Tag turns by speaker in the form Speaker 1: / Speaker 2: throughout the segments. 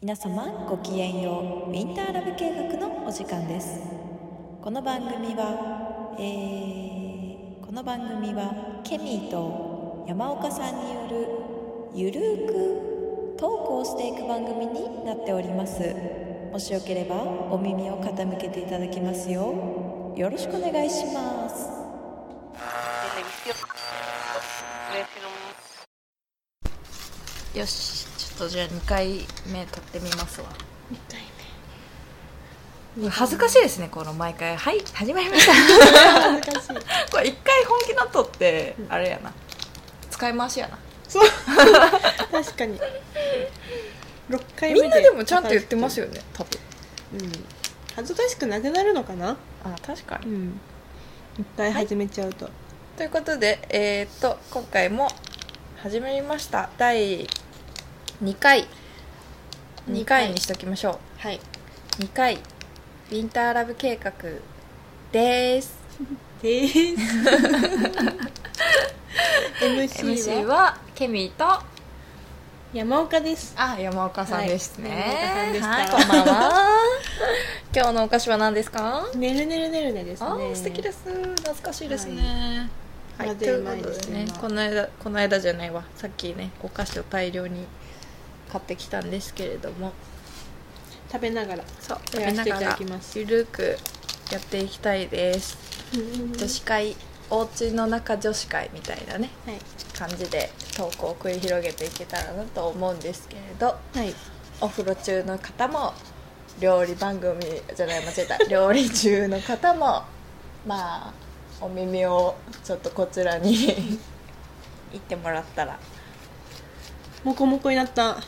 Speaker 1: 皆様ごきげんようウィンターラブ計画のお時間ですこの番組は、えーこの番組はケミーと山岡さんによるゆるーくトークをしていく番組になっておりますもしよければお耳を傾けていただきますようよろしくお願いしますよしちょっとじゃあ2回目撮ってみますわ
Speaker 2: みたいね
Speaker 1: 恥ずかしいですねこの毎回「はい始まりました」
Speaker 2: 恥ずかしい
Speaker 1: これ一回本気なとってあれやな使い回しやな
Speaker 2: そう確かに六回目
Speaker 1: みんなでもちゃんと言ってますよね多分
Speaker 2: うん恥ずかしくなくなるのかな
Speaker 1: あ確かに
Speaker 2: うん一回始めちゃうと、
Speaker 1: ということでえー、っと今回も始まりました第2回2回にしときましょ
Speaker 2: はい、
Speaker 1: う2回ウィンターラブ計画です
Speaker 2: でーす MC は
Speaker 1: MC はケミと
Speaker 2: 山岡です
Speaker 1: あ山岡さんですね、
Speaker 2: はい山
Speaker 1: はい
Speaker 2: 岡さんでした
Speaker 1: こんばんは 今日のお菓子は何ですか
Speaker 2: ねるねるねるねですね
Speaker 1: あー素敵ですす懐かしいですね、はい
Speaker 2: はい
Speaker 1: ということでね
Speaker 2: 今
Speaker 1: この間この間じゃないわさっきねお菓子を大量に買ってきたんですけれども
Speaker 2: 食べながら
Speaker 1: そう食
Speaker 2: や
Speaker 1: べ
Speaker 2: らせ
Speaker 1: な
Speaker 2: てい
Speaker 1: が
Speaker 2: ただ
Speaker 1: ら
Speaker 2: きます
Speaker 1: ゆるくやっていきたいです、女子会お家の中女子会みたいなね
Speaker 2: はい
Speaker 1: 感じで投稿を繰り広げていけたらなと思うんですけれど
Speaker 2: はい
Speaker 1: お風呂中の方も料理番組じゃない間違えた 料理中の方もまあお耳をちょっとこちらに 行ってもらったら
Speaker 2: もこもこになったやっ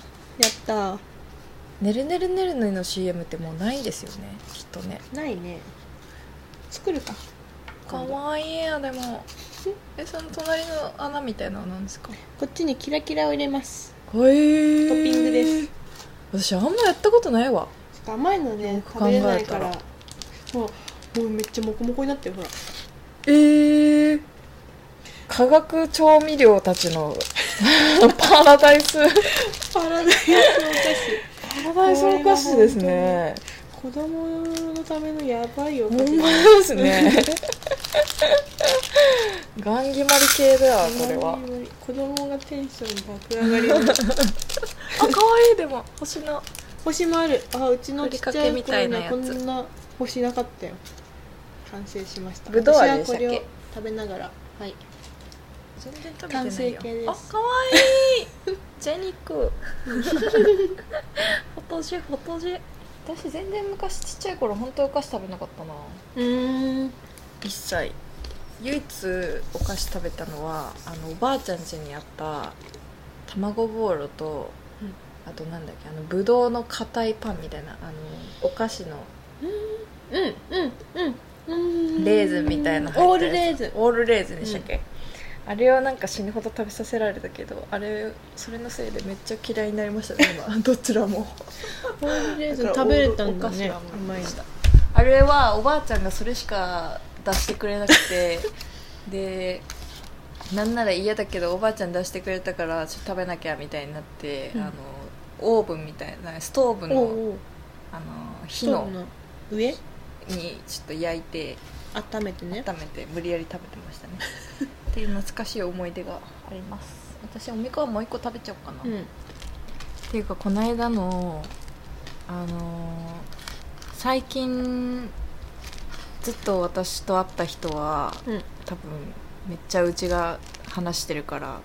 Speaker 2: た
Speaker 1: 「ねるねるねるね」の CM ってもうないですよねきっとね
Speaker 2: ないね作るか
Speaker 1: かわいいやでもえその隣の穴みたいなのなんですかへ
Speaker 2: こっちにキラキラを入れます
Speaker 1: えトッ
Speaker 2: トッピングです
Speaker 1: す私あんまやったことないわ
Speaker 2: ちょっと甘いのね
Speaker 1: く
Speaker 2: 食べれないから
Speaker 1: 考
Speaker 2: もうもうめっちゃモコモコになってるほら
Speaker 1: ええ化学調味料たち のパラダイス
Speaker 2: パラダイ スお菓
Speaker 1: パラダイスお菓子ですね
Speaker 2: 子子供のためのやばいお菓
Speaker 1: ほんま
Speaker 2: 子
Speaker 1: ですねガンギマリ系だわこれは
Speaker 2: 子供がテンション爆上がり の
Speaker 1: あ可愛いでも星の
Speaker 2: 星もあるあうちのちっちゃ
Speaker 1: ふり
Speaker 2: い
Speaker 1: かけみた
Speaker 2: 頃
Speaker 1: いな
Speaker 2: に
Speaker 1: やつ
Speaker 2: こんな星なかったよ完成しました
Speaker 1: ぶどう味で
Speaker 2: 私
Speaker 1: した
Speaker 2: はこ
Speaker 1: っけ
Speaker 2: れを食べながらはい
Speaker 1: 全然食べ
Speaker 2: 完成形です
Speaker 1: あ可愛いジェニッ クフォトジェフォトジェ私全然昔ちっちゃい頃本当にお菓子食べなかったな
Speaker 2: うーん
Speaker 1: 一切唯一お菓子食べたのはあのおばあちゃん家にあった卵ボーロと、
Speaker 2: うん
Speaker 1: あとなんだっけあのぶどうの硬いパンみたいなあのお菓子の
Speaker 2: うんうんうんうん
Speaker 1: レーズンみたいな
Speaker 2: オ
Speaker 1: 入
Speaker 2: ー
Speaker 1: った
Speaker 2: ルレ
Speaker 1: や
Speaker 2: ー
Speaker 1: つ
Speaker 2: ズン
Speaker 1: オールレーズンでしたっけ、あれをなんか死ぬほど食べさせられたけどあれそれのせいでめっちゃ嫌いになりましたね 今どちらも
Speaker 2: オールレーズン食べれたんだね
Speaker 1: お菓子はもう
Speaker 2: 甘いん
Speaker 1: あれはおばあちゃんがそれしか出してくれなくてでなんなら嫌だけどおばあちゃん出してくれたからちょっと食べなきゃみたいになって、
Speaker 2: うん
Speaker 1: あのオーブンみたいなストーブ
Speaker 2: お
Speaker 1: の
Speaker 2: うおう
Speaker 1: あの火
Speaker 2: そう
Speaker 1: の
Speaker 2: な上
Speaker 1: にちょっと焼いて
Speaker 2: 温めてね
Speaker 1: 温めて無理やり食べてましたねっていう懐かしい思い出があります私おみこはもう一個食べちゃおうかな、
Speaker 2: うん
Speaker 1: っていうかこの間のあのー最近ずっと私と会った人は
Speaker 2: うん
Speaker 1: 多分めっちゃうちが話してるから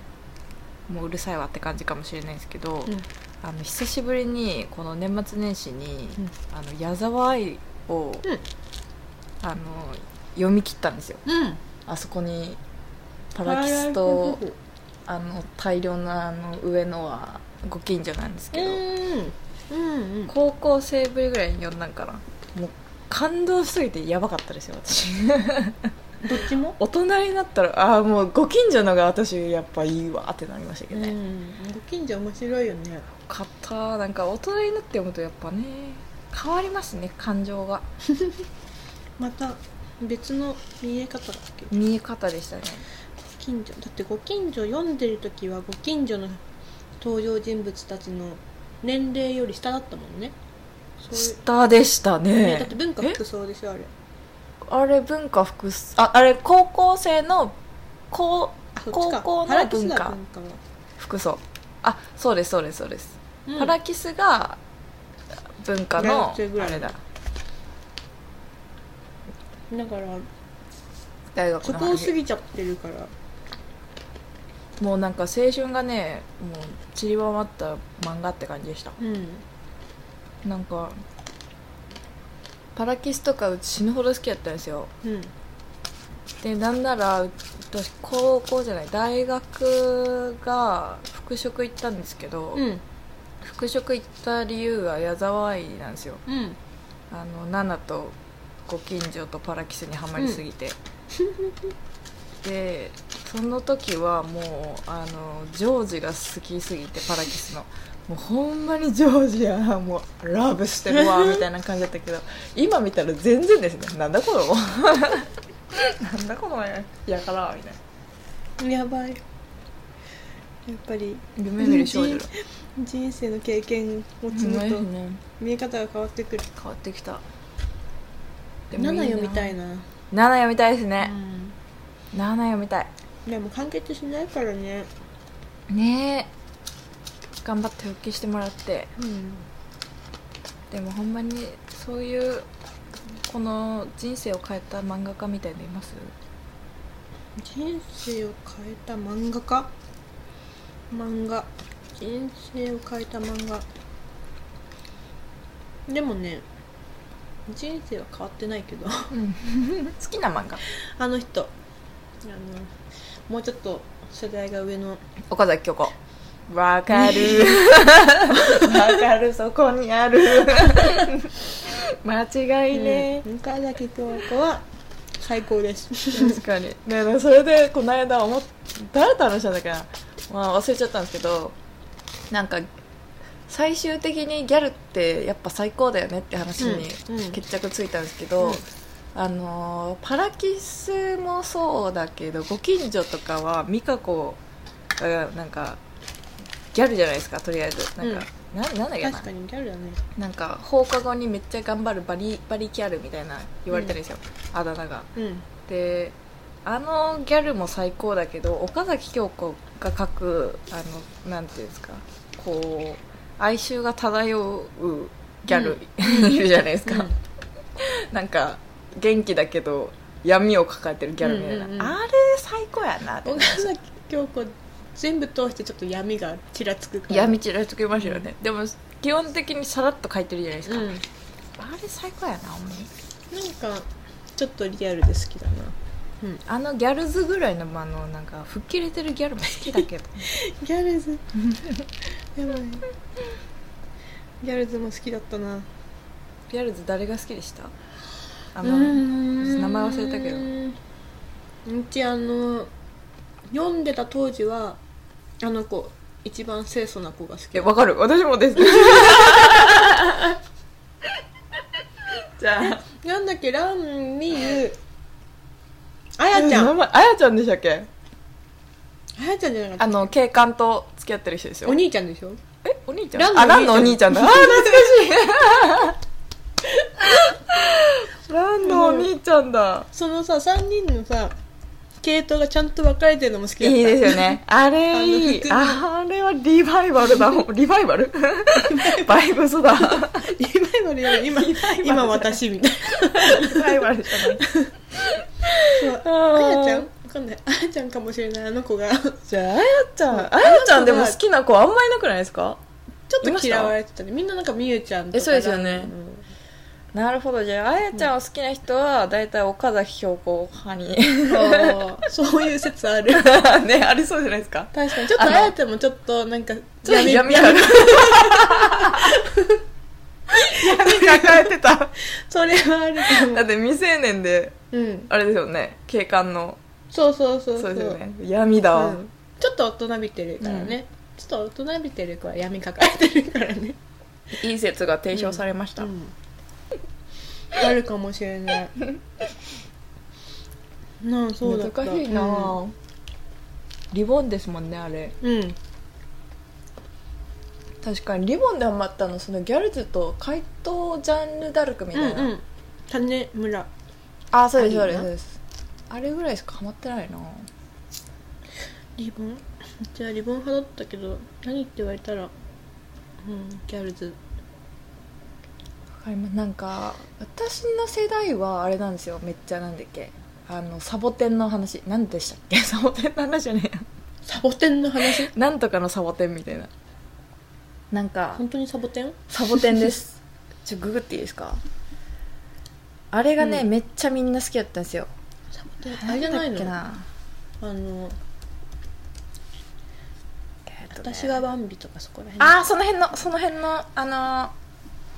Speaker 1: もううるさいわって感じかもしれないですけど、
Speaker 2: うん
Speaker 1: あの久しぶりにこの年末年始に、
Speaker 2: うん
Speaker 1: あの矢沢愛を、
Speaker 2: うん
Speaker 1: あの読み切ったんですよ
Speaker 2: うん
Speaker 1: あそこにパラキスとあの大量のあの上野はご近所なんです
Speaker 2: う
Speaker 1: けど、
Speaker 2: んうんうん
Speaker 1: 高校生ぶりぐらいに読んだんかなもう感動しすぎてやばかったですよ私
Speaker 2: どっちも
Speaker 1: 大人になったらああもうご近所のが私やっぱいいわってなりましたけ
Speaker 2: う
Speaker 1: どね、よ
Speaker 2: んご近所面白いよね
Speaker 1: かったなんか大人になって読むとやっぱね変わりますね感情が
Speaker 2: また別の見え方だっけ
Speaker 1: 見え方でしたね
Speaker 2: 近所だってご近所読んでる時はご近所の登場人物たちの年齢より下だったもんねそうい
Speaker 1: 下でした
Speaker 2: う、ね、だっ
Speaker 1: ね
Speaker 2: て文化服装でしょあれ
Speaker 1: あれ文化服装ああれ高校生の高
Speaker 2: あそっちか
Speaker 1: 高校の
Speaker 2: 原吉田
Speaker 1: 文化
Speaker 2: 文化も
Speaker 1: 服装あそうですそうですそうです、
Speaker 2: うん
Speaker 1: パラキスが文化
Speaker 2: 大
Speaker 1: の
Speaker 2: 学生ぐら
Speaker 1: あ
Speaker 2: い
Speaker 1: れだ
Speaker 2: だから
Speaker 1: 大学
Speaker 2: そ
Speaker 1: の
Speaker 2: こを過
Speaker 1: 話
Speaker 2: ぎちゃってるから
Speaker 1: もうなんか青春がねもう散りばまった漫画って感じでした
Speaker 2: うん
Speaker 1: なんかパラキスとかうち死ぬほど好きやったんですよ
Speaker 2: うん
Speaker 1: でなんなら私高校じゃない大学が復職行ったんですけど、
Speaker 2: うん
Speaker 1: 復職行った理由が矢沢愛なんですよ
Speaker 2: うん
Speaker 1: あのナナとご近所とパラキスにはまりすぎて、 でその時はもうあのジョージが好きすぎてパラキスのもうほんまにジョージやなもうラブしてるわみたいな感じだったけど今見たら全然ですねなんだこのなんだこのややからみたいな
Speaker 2: やばいやっぱり
Speaker 1: 夢見る少女だ
Speaker 2: 人生の経験持つの
Speaker 1: う
Speaker 2: と
Speaker 1: んね
Speaker 2: 見え方が変わってくる
Speaker 1: 変わってきた
Speaker 2: 7読みたい
Speaker 1: な
Speaker 2: な、
Speaker 1: 7読みたいです
Speaker 2: う
Speaker 1: ね、
Speaker 2: ん、
Speaker 1: 7読みたい
Speaker 2: でも完結しないからね
Speaker 1: ねえ頑張って復帰してもらって
Speaker 2: うん
Speaker 1: でもほんまにそういうこの人生を変えた漫画家みたいのいます
Speaker 2: 人生を変えた漫画家漫画人生を変えた漫画でもね人生は変わってないけど
Speaker 1: 好きな漫画
Speaker 2: あの人あのもうちょっと世代が上の
Speaker 1: 岡崎京子わかる わかるそこにあ る間違いね、
Speaker 2: うん岡崎京子は最高です
Speaker 1: 確かにねでもそれでこの間思っ誰と話したんだっけな、まあ、忘れちゃったんですけどなんか最終的にギャルってやっぱ最高だよねって話に
Speaker 2: うんうん
Speaker 1: 決着ついたんですけど、
Speaker 2: うん
Speaker 1: あのーパラキスもそうだけどご近所とかは美香子がなんかギャルじゃないですかとりあえずなんか、ななんだっけな
Speaker 2: 確かにギャルだね
Speaker 1: なんか放課後にめっちゃ頑張るバリバリギャルみたいな言われてるんですよ、あだ名が。
Speaker 2: うん
Speaker 1: であのギャルも最高だけど岡崎京子が書くあのなんていうんですかこう哀愁が漂うギャル、 いるじゃないですか、なんか元気だけど闇を抱えてるギャルみたいな、
Speaker 2: うんうんうん
Speaker 1: あれ最高やなって
Speaker 2: 岡崎京子全部通してちょっと闇がちらつくから
Speaker 1: 闇散らしときましたよね、でも基本的にさらっと書いてるじゃないです
Speaker 2: う
Speaker 1: か、
Speaker 2: ん
Speaker 1: あれ最高やなほんまに
Speaker 2: なんかちょっとリアルで好きだな
Speaker 1: あのギャルズぐらいのあのなんか吹っ切れてるギャルも好きだ けど
Speaker 2: ギャルズやばいギャルズも好きだったな
Speaker 1: ギャルズ誰が好きでしたあ
Speaker 2: あ
Speaker 1: の、名前忘れたけど
Speaker 2: どうちあの読んでた当時はあの子一番清楚な子が好き
Speaker 1: え、わかる。私もです。じゃあ、
Speaker 2: なんだっけランミユあやちゃん
Speaker 1: 名
Speaker 2: あ
Speaker 1: 前あやちゃんでしたっけ
Speaker 2: やちゃんじゃなか
Speaker 1: あ
Speaker 2: っ
Speaker 1: の、警官と付き合ってる人です
Speaker 2: た
Speaker 1: よ。
Speaker 2: お兄ちゃんでしょ
Speaker 1: え、お兄ちゃん
Speaker 2: ランの
Speaker 1: あ、ランのお兄ちゃんだ。あー、懐かしい。ランのお兄ちゃん だ。
Speaker 2: そのさ3人のさ系統がちゃんと分かれてるのも好き
Speaker 1: い
Speaker 2: だった
Speaker 1: いですよね。 あれいい。
Speaker 2: あ
Speaker 1: あれはリバイバルだもん。リバイバ ルバイブスだ。
Speaker 2: リバイバルより今今私みたい
Speaker 1: リバイバルじゃない。
Speaker 2: なそう
Speaker 1: あ
Speaker 2: あ
Speaker 1: ー
Speaker 2: やちゃんわかんないあやちゃんかもしれないあの子がち
Speaker 1: じゃあ、あやちゃん。あやちゃんでも好きな子あんまいなくないですか
Speaker 2: ょっと嫌われてたねみんななんかみゆちゃんとか
Speaker 1: えそうですよね
Speaker 2: うん
Speaker 1: なるほどじゃああやちゃんを好きな人は大体岡崎京子派に
Speaker 2: そうそういう説あ る
Speaker 1: ねありそうじゃないですか
Speaker 2: 確かにちょっとあ
Speaker 1: あの
Speaker 2: やちゃんもちょっとなんか
Speaker 1: ちょっと闇ある闇抱えてた だ
Speaker 2: それはあるかも
Speaker 1: って未成年で
Speaker 2: うん
Speaker 1: あれですよね警官の
Speaker 2: そうそうそう
Speaker 1: そうですよね闇だわ、
Speaker 2: うんちょっと大人びてるからね、ちょっと大人びてる子は闇抱えてるからね
Speaker 1: いい説が提唱されました、
Speaker 2: うんあるかもしれないなあそうだった
Speaker 1: 難しいな、
Speaker 2: うん
Speaker 1: リボンですもんねあれ
Speaker 2: うん
Speaker 1: 確かにリボンでハマったのそのギャルズと怪盗ジャンヌ・ダルクみ
Speaker 2: う
Speaker 1: たいな、
Speaker 2: んうん種村
Speaker 1: あそうです
Speaker 2: あ
Speaker 1: そう
Speaker 2: るよ
Speaker 1: です
Speaker 2: な
Speaker 1: そうですあれぐらいしかハマってないな
Speaker 2: リボンじゃあリボン派だったけど何って言われたらうんギャルズ
Speaker 1: わかりますなんか私の世代はあれなんですよめっちゃなんだっけあのサボテンの話何でしたっけ サボテンの話じゃねえや
Speaker 2: サボテンの話
Speaker 1: なんとかのサボテンみたいななんか
Speaker 2: 本当にサボテン
Speaker 1: サボテンですちょググっていいですかあれがね、
Speaker 2: うん
Speaker 1: めっちゃみんな好きだったんですよ
Speaker 2: サボテンあれじゃない
Speaker 1: ん
Speaker 2: の
Speaker 1: だっけな
Speaker 2: あの
Speaker 1: えっとね
Speaker 2: 私はバンビとかそこら辺
Speaker 1: ああその辺のその辺のあ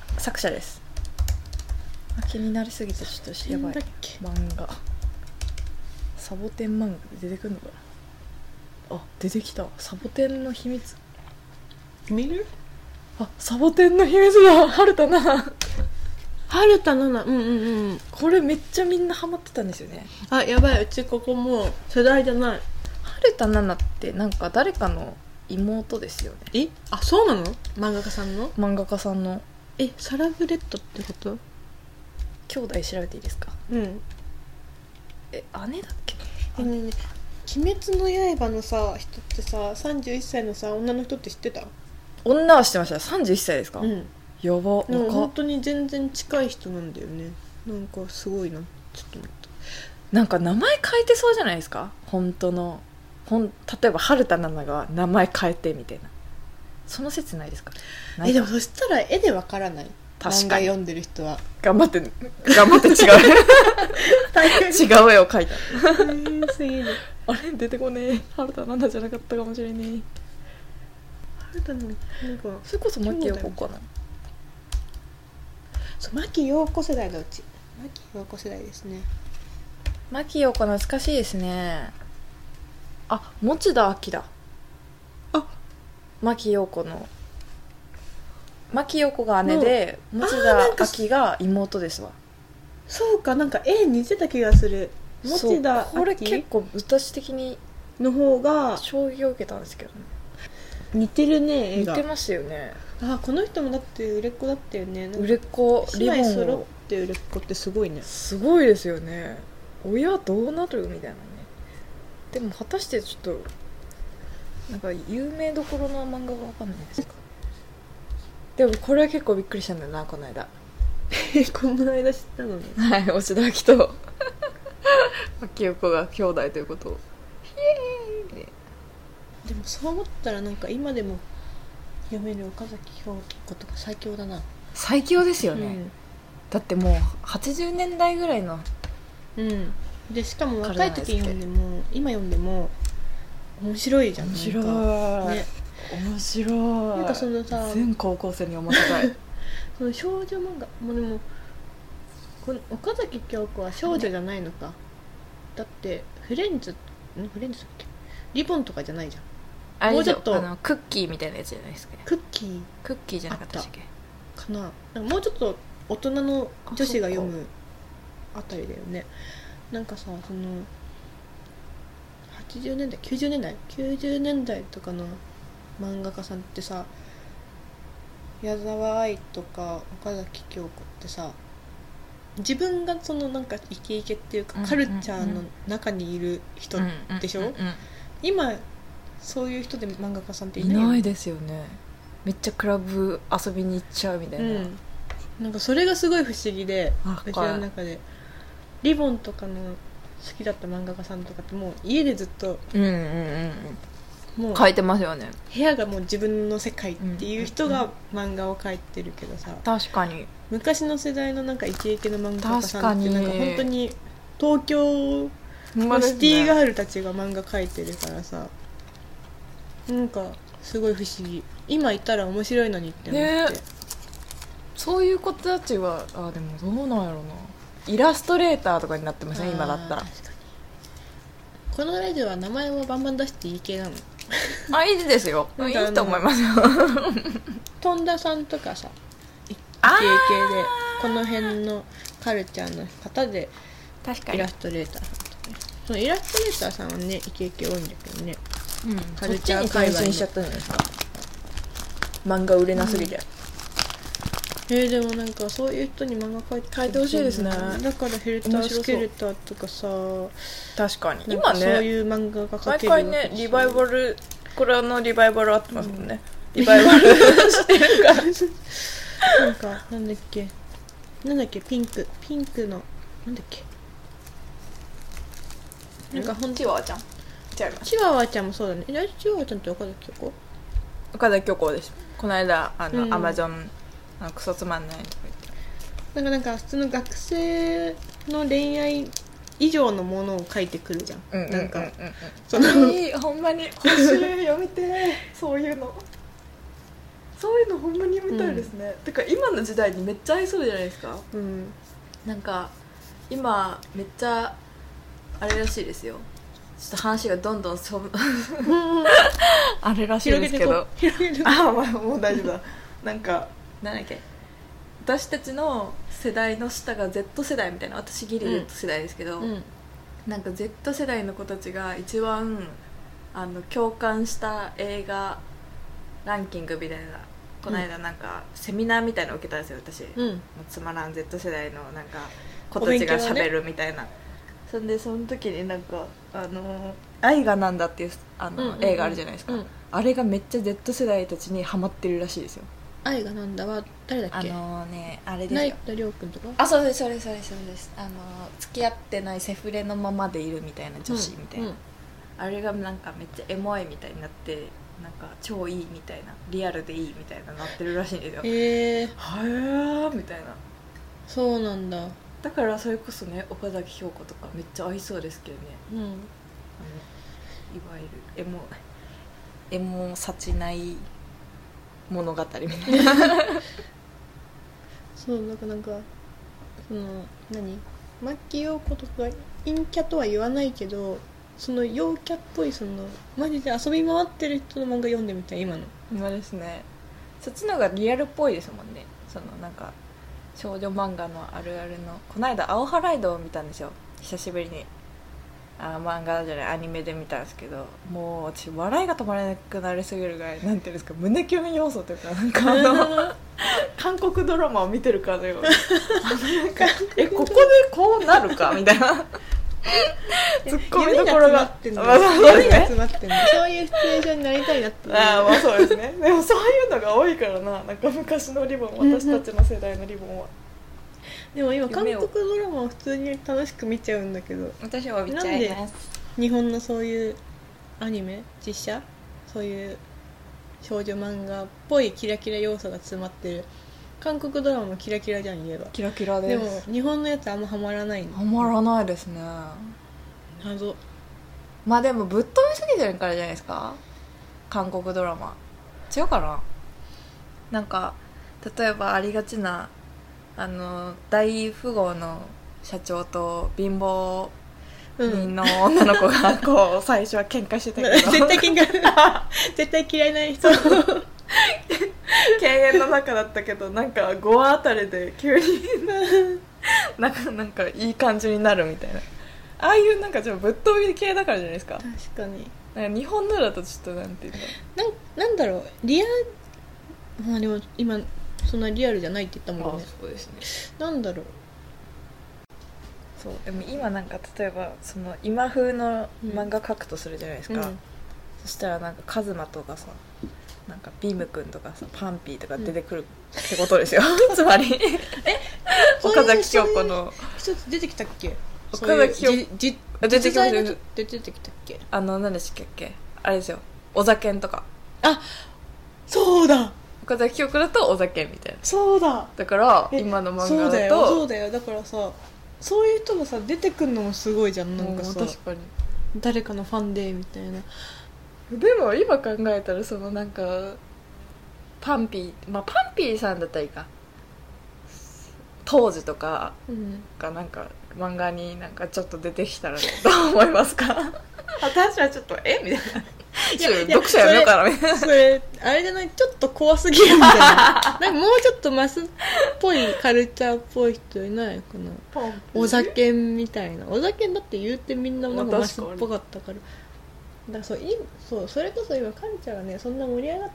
Speaker 1: のー作者ですあ気になりすぎてちょっとやば
Speaker 2: なん
Speaker 1: い
Speaker 2: だっけ
Speaker 1: 漫画サボテン漫画で出てくるのかなあ出てきたサボテンの秘密
Speaker 2: 見る
Speaker 1: あサボテンの秘密だ春田な
Speaker 2: 春田奈々うんうんうん
Speaker 1: これめっちゃみんなハマってたんですよね
Speaker 2: あやばいうちここもう世代じゃない
Speaker 1: 春田奈々ってなんか誰かの妹ですよね
Speaker 2: えあそうなの漫画家さんの
Speaker 1: 漫画家さんの
Speaker 2: えサラブレッドってこと
Speaker 1: 兄弟調べていいですか
Speaker 2: うん
Speaker 1: え姉だっけ
Speaker 2: えねえねえ鬼滅の刃のさ人ってさ31歳のさ女の人って知ってた
Speaker 1: 女は知ってました31歳ですか、
Speaker 2: うん
Speaker 1: やば
Speaker 2: でも
Speaker 1: 若っ
Speaker 2: 本当に全然近い人なんだよねなんかすごいなちょっと待って
Speaker 1: なんか名前変えてそうじゃないですか本当のほん例えば春田奈々が名前変えてみたいなその説ないですかない
Speaker 2: えでもそしたら絵でわからない
Speaker 1: 確
Speaker 2: 漫
Speaker 1: か
Speaker 2: 画
Speaker 1: に
Speaker 2: 読んでる人 は
Speaker 1: 頑 張って頑張って違
Speaker 2: 大変
Speaker 1: う違う絵を描いた
Speaker 2: すぎる
Speaker 1: あれ出てこねえ春田奈々じゃなかったかもしれねえ
Speaker 2: 春田の なんか
Speaker 1: それこそ牧陽子かな
Speaker 2: そう牧陽子世代のうち牧陽子世代ですね
Speaker 1: 牧陽子懐かしいですねあ持田明だ
Speaker 2: あ
Speaker 1: 牧陽子の牧陽子が姉で持田
Speaker 2: なんか
Speaker 1: 明が妹ですわ
Speaker 2: そうかなんか絵似てた気がする
Speaker 1: そう
Speaker 2: 持田
Speaker 1: これ結構私的に
Speaker 2: 明の方が
Speaker 1: 衝撃を受けたんですけどね
Speaker 2: 似てるね絵
Speaker 1: 似
Speaker 2: が
Speaker 1: てましたよね
Speaker 2: あこの人もだって売れっ子だったよねなんか
Speaker 1: 売れっ子リボ
Speaker 2: 姉妹
Speaker 1: ン
Speaker 2: 揃
Speaker 1: を
Speaker 2: って売れっ子ってすごい ね
Speaker 1: すごいですよね親どうなるみたいなねでも果たしてちょっとなんか有名どころの漫画がわかんないですかでもこれは結構びっくりしたんだよなこの間
Speaker 2: この間知ったのね
Speaker 1: はい押田明と秋代子が兄弟ということをイエーイ
Speaker 2: でもそう思ったらなんか今でも読める岡崎京子とか最強だな、
Speaker 1: 最強ですよ
Speaker 2: う
Speaker 1: ね、
Speaker 2: ん、
Speaker 1: だってもう80年代ぐらいの
Speaker 2: うん、でしかも若い時に読んでも今読んでも面白いじゃんなんか
Speaker 1: 白
Speaker 2: ね、
Speaker 1: 面白い
Speaker 2: なんかそのさ
Speaker 1: 全高校生に思わ せたい
Speaker 2: その少女漫画もうでもこの岡崎京子は少女じゃないのかだってフレンズんフレンズだっけリボンとかじゃないじゃん
Speaker 1: あれ
Speaker 2: もうちょっと
Speaker 1: あのクッキーみたいなやつじゃないですか
Speaker 2: クッキー
Speaker 1: クッキーじゃなかったでしたっけ
Speaker 2: かななんかもうちょっと大人の女子が読むあたりだよねなんかさその80年代90年代90年代とかの漫画家さんってさ矢沢愛とか岡崎京子ってさ自分がそのなんかイケイケっていう
Speaker 1: うん
Speaker 2: か
Speaker 1: うんうん
Speaker 2: カルチャーの中にいる人、
Speaker 1: うん
Speaker 2: でしょ
Speaker 1: うんうん
Speaker 2: 今そういう人で漫画家さんってい
Speaker 1: い
Speaker 2: ないよね
Speaker 1: ないですよねめっちゃクラブ遊びに行っちゃうみたいな、
Speaker 2: うん、なんかそれがすごい不思議で
Speaker 1: わかる
Speaker 2: 私の中でリボンとかの好きだった漫画家さんとかってもう家でずっと
Speaker 1: うんうんうん
Speaker 2: も
Speaker 1: う
Speaker 2: うん
Speaker 1: 書いてますよね
Speaker 2: 部屋がもう自分の世界っていう人
Speaker 1: う
Speaker 2: が漫画を描いてるけどさ
Speaker 1: 確かに
Speaker 2: 昔の世代のなんかイケイケの漫画家さんって
Speaker 1: 確かに
Speaker 2: なんか本当に東京のシティガールたちが漫画描いてるからさなんかすごい不思議今いたら面白いのにって思って、
Speaker 1: ねそういう子たちはあでもどうなんやろうなイラストレーターとかになってますね今だったら
Speaker 2: あー確かにこのラジオは名前もバンバン出していい系なの
Speaker 1: あいいですよい
Speaker 2: なん
Speaker 1: い
Speaker 2: かあの
Speaker 1: と思いますよ
Speaker 2: とんださんとかさいい系
Speaker 1: あー
Speaker 2: 系でこの辺のカルチャーの方で
Speaker 1: 確か
Speaker 2: イラストレーターさんとかねそのイラストレーターさんはねイケイケ多いんだけどね
Speaker 1: うん、
Speaker 2: カルチャー界隈の
Speaker 1: そっちに転身しちゃったんじゃないですか漫画売れなすぎて、
Speaker 2: えー、でもなんかそういう人に漫画描いて
Speaker 1: 描いてほしいですね
Speaker 2: だからヘルタ
Speaker 1: 面
Speaker 2: ー
Speaker 1: 白そう
Speaker 2: スケルターとかさ
Speaker 1: 確かに
Speaker 2: なんか
Speaker 1: 今
Speaker 2: そう
Speaker 1: ね
Speaker 2: いう漫画が描
Speaker 1: 毎
Speaker 2: ける
Speaker 1: 回ねリバイバルこれあのリバイバルあってますもんね、リバイバルしてるから
Speaker 2: なんかなんだっけなんだっけピンクピンクのなんだっけなんかほん
Speaker 1: チワワ ちゃん違います
Speaker 2: チワワちゃんもそうだねえライチワワちゃんって岡崎京子
Speaker 1: 岡田京子ですこの間あの、
Speaker 2: うん
Speaker 1: アマゾンあのクソつまんないとか言っ
Speaker 2: な
Speaker 1: て
Speaker 2: んかなんか普通の学生の恋愛以上のものを書いてくるじゃん,、
Speaker 1: うんうんうんうん
Speaker 2: なんか
Speaker 1: そのいいほんまに欲しいやめてそういうのそういうのほんまにやめたいですね、てか今の時代にめっちゃ合いそうじゃないですか
Speaker 2: うん
Speaker 1: なんか今めっちゃあれらしいですよちょっと話がどんどんそ あれらしい
Speaker 2: 広げて
Speaker 1: ですけ
Speaker 2: こ
Speaker 1: ど
Speaker 2: う広げてこ
Speaker 1: ああまあもう大丈夫だなんかなんだっけ私たちの世代の下が Z 世代みたいな私ギリ Z 世代ですけ ど、
Speaker 2: ううん
Speaker 1: なんか Z 世代の子たちが一番あの共感した映画ランキングみたいなこの間なんかセミナーみたいなの受けたんですよ私、
Speaker 2: うん
Speaker 1: つまらん Z 世代のなんか子たちが
Speaker 2: お勉強ね
Speaker 1: 喋るみたいな、そんでその時になんか「あの愛がなんだ」っていうあの、
Speaker 2: うんうんうん
Speaker 1: 映画あるじゃないですか、
Speaker 2: うん
Speaker 1: あれがめっちゃ Z 世代たちにハマってるらしいですよ
Speaker 2: 愛がなんだは誰だっ
Speaker 1: あ
Speaker 2: け
Speaker 1: のねあれです
Speaker 2: 成
Speaker 1: よ
Speaker 2: 田凌君とか
Speaker 1: あそうですそうですそうですそうですあの付き合ってないセフレのままでいるみたいな女子みたいな、
Speaker 2: うん
Speaker 1: あれがなんかめっちゃエモいみたいになってなんか超いいみたいなリアルでいいみたいななってるらしいんですよ
Speaker 2: へえ
Speaker 1: はやーみたいな
Speaker 2: そうなんだ
Speaker 1: だからそれこそね岡崎京子とかめっちゃ合いそうですけどね
Speaker 2: うん
Speaker 1: あのいわゆるエモエモさちない物語みたいな
Speaker 2: そうなんかなんかその何牧陽子とか陰キャとは言わないけどその陽キャっぽいそのマジで遊び回ってる人の漫画読んでみたい今の
Speaker 1: 今ですねそっちの方がリアルっぽいですもんねそのなんか少女漫画のあるあるのこの間「青ハライド」を見たんですよ久しぶりにあ漫画じゃないアニメで見たんですけどもう私笑いが止まらなくなりすぎるぐらいなんていうんですか胸キュン要素というかなんかあの 韓国ドラマを見てるかのようななんか えここでこうなるかみたい なツッコミどころが
Speaker 2: 夢
Speaker 1: まあそうです
Speaker 2: が
Speaker 1: ね
Speaker 2: 詰まってんのそういうシチュエーションになりたいなっていう
Speaker 1: ああまあそうですねでもそういうのが多いからななんか昔のリボン私たちの世代のリボンは
Speaker 2: でも今韓
Speaker 1: 夢
Speaker 2: 国
Speaker 1: を
Speaker 2: ドラマを普通に楽しく見ちゃうんだけど
Speaker 1: 私は
Speaker 2: 見ちゃいます日本のそういうアニメ実写そういう少女漫画っぽいキラキラ要素が詰まってる韓国ドラマもキラキラじゃん言えば
Speaker 1: キラキラ
Speaker 2: で
Speaker 1: で
Speaker 2: も
Speaker 1: す
Speaker 2: 日本のやつあんまハマらないの
Speaker 1: はまらないですね
Speaker 2: 謎
Speaker 1: まあでもぶっ飛びすぎてるからじゃないですか韓国ドラマ違うかななんか例えばありがちなあの大富豪の社長と貧乏
Speaker 2: う
Speaker 1: 人
Speaker 2: ん
Speaker 1: の女の子がこう最初は喧嘩してたけど
Speaker 2: 絶対喧 嘩絶対嫌いな人
Speaker 1: 敬遠の中だったけどなんか5話あたりで急になんかなんかいい感じになるみたいなああいうなんかちょっとぶっ飛び系だからじゃないですか
Speaker 2: 確かに
Speaker 1: なんか日本のだとちょっとなんていうの
Speaker 2: なんなんだろうリアまあでも今そんなリアルじゃないって言ったもんね
Speaker 1: そうですね
Speaker 2: なんだろう
Speaker 1: そうでも今なんか例えばその今風の漫画描くとするじゃないですか、
Speaker 2: うん
Speaker 1: そしたらなんかカズマとかさなんかビームくんとかさパンピーとか出てくるってことですよ、 つまり
Speaker 2: そういう
Speaker 1: 岡崎京子の
Speaker 2: 一つ出てきたっけ
Speaker 1: 岡崎京子
Speaker 2: 子実
Speaker 1: あ出てきま
Speaker 2: 在
Speaker 1: す
Speaker 2: の
Speaker 1: よ
Speaker 2: 人って出てきたっけ
Speaker 1: あの何でしたっけあれですよお酒んとか
Speaker 2: そうだ
Speaker 1: 岡崎京子だとお酒みたいな
Speaker 2: そうだ
Speaker 1: だから
Speaker 2: え
Speaker 1: 今の漫
Speaker 2: そ
Speaker 1: 画
Speaker 2: うだ
Speaker 1: だ
Speaker 2: よそ
Speaker 1: と
Speaker 2: うだよだからさそういう人がさ出てくるのもすごいじゃんなんか
Speaker 1: うん
Speaker 2: さ
Speaker 1: 確かに
Speaker 2: 誰かのファンでみたいな
Speaker 1: でも今考えたらそのなんかパンピーまあパンピーさんだったらいいか当時とか
Speaker 2: うん
Speaker 1: がなんか漫画になんかちょっと出てきたらどう思いますか私 はちょっとえみたい
Speaker 2: や
Speaker 1: な読者やめようかなみたいな
Speaker 2: それあれじゃないちょっと怖すぎるみたい ななんかもうちょっとマスっぽいカルチャーっぽい人いないかなお酒みたいなお酒だって言うてみんななんか
Speaker 1: まあ
Speaker 2: マスっぽかったからだからそういそうそれこそ今カルチャーがねそんな盛り上がっ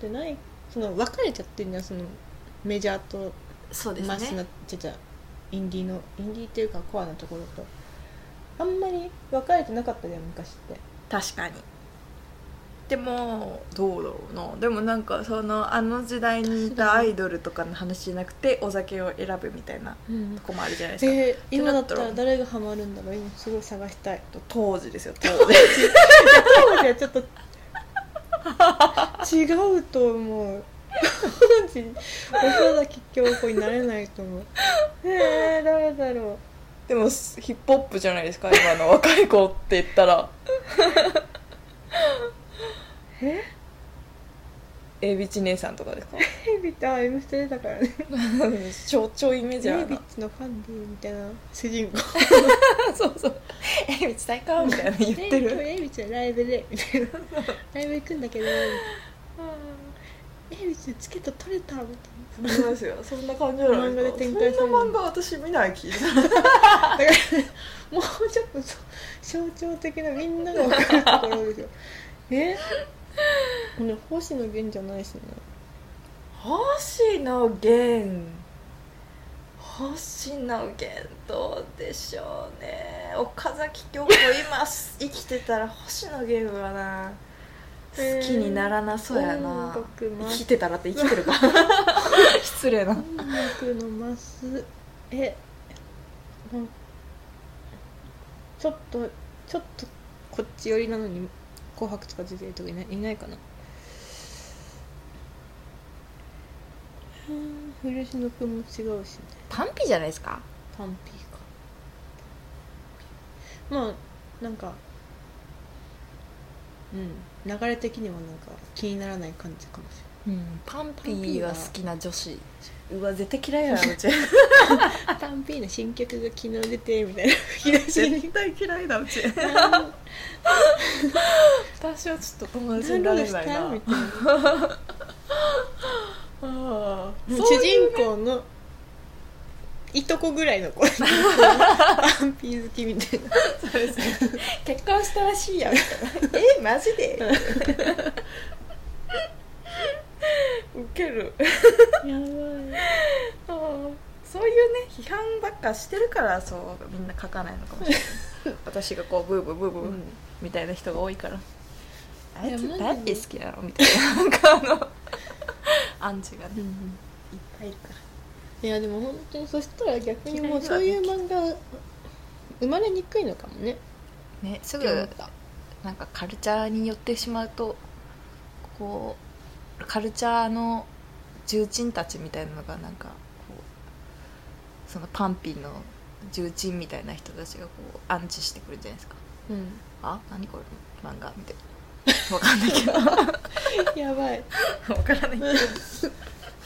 Speaker 2: てないその別れちゃってるんじゃんそのメジャーと
Speaker 1: そうで
Speaker 2: マス
Speaker 1: す
Speaker 2: な
Speaker 1: ね
Speaker 2: っちゃっちゃインディーのインディーっていうかコアなところとあんまり分かれてなかったじゃん昔って
Speaker 1: 確かにでもどうだろうなでもなんかそのあの時代にいたアイドルとかの話じゃなくてお酒を選ぶみたいなとこもあるじゃないですか、
Speaker 2: えー今だ
Speaker 1: だ
Speaker 2: っ
Speaker 1: ったたら
Speaker 2: ら誰がハマるんだろう今すごい探した い
Speaker 1: 当時ですよ当時
Speaker 2: 当時はちょっと違うと思う当時岡崎京子になれないと思うえー、誰だろう
Speaker 1: でもヒップホップじゃないですか今の若い子って言ったら
Speaker 2: え
Speaker 1: A ビチ姉さんとかですか
Speaker 2: テレビってあ M ステ出たからね
Speaker 1: 象徴イメージ
Speaker 2: テ
Speaker 1: あ
Speaker 2: レ
Speaker 1: る
Speaker 2: ビッ
Speaker 1: な
Speaker 2: チのファンディみたいな主人公
Speaker 1: そうそう A ビチ最高みたいな言って
Speaker 2: 今日
Speaker 1: る
Speaker 2: エイビちゃんライブ でみたいなライブ行くんだけどエイビちゃんチケット取れたみたい
Speaker 1: そうですよそんな感じじゃ
Speaker 2: ないですか
Speaker 1: そ
Speaker 2: そ
Speaker 1: ん
Speaker 2: ん
Speaker 1: な
Speaker 2: な
Speaker 1: 漫
Speaker 2: 漫
Speaker 1: 画私見ない気
Speaker 2: なだからもうちょっとそう象徴的なみんなが分かるところですよえこれ星野源じゃないしな
Speaker 1: 星野源星野源どうでしょうね岡崎京子今 生きてたら星野源はな
Speaker 2: えー
Speaker 1: 好きにならなそうや
Speaker 2: 音
Speaker 1: な
Speaker 2: 楽
Speaker 1: 生
Speaker 2: ま
Speaker 1: き
Speaker 2: す
Speaker 1: てたらって生きてるか 失礼な
Speaker 2: 音楽のマスえなんちょっとちょっとこっち寄りなのに「紅白」とか出てるとかいないいないかなうん古篠君も違うしね
Speaker 1: 単品じゃないですか
Speaker 2: パンピーかまあなんかうん流れ的にはなんか気にならない感じかもし
Speaker 1: うんパン
Speaker 2: ピーは好
Speaker 1: きな女子うわ絶対嫌いやなうち
Speaker 2: れないパンピーの新曲が昨日出てみたい な引き出しに
Speaker 1: 絶対嫌いだうち 私はちょっと友達になれない な
Speaker 2: みたいな
Speaker 1: あー
Speaker 2: 主
Speaker 1: そういう
Speaker 2: 人公のいとこぐらいの子 パンピー好きみたいな
Speaker 1: 結婚したらし いやんえマジでウケる
Speaker 2: やばい
Speaker 1: そういうね批判ばっかしてるからそうみんな書かないのかもしれない 私がこうブーブーブーブー、
Speaker 2: うん
Speaker 1: みたいな人が多いからあい
Speaker 2: いやマジ
Speaker 1: つ
Speaker 2: で
Speaker 1: なんで好きなのみたいななんかあのアンチがねいっぱいいるか
Speaker 2: いやでも本当にそしたら逆にもうそういう漫画生まれにくいのかもね
Speaker 1: らねす
Speaker 2: って思っ
Speaker 1: ぐ
Speaker 2: た
Speaker 1: なんかカルチャーに寄ってしまうとこうカルチャーの重鎮たちみたいなのがなんかこうそのパンピーの重鎮みたいな人たちがこうアンチしてくるじゃないですか
Speaker 2: うん
Speaker 1: あ何これ漫画みたいな分かんないけど
Speaker 2: やばい
Speaker 1: 分からないけど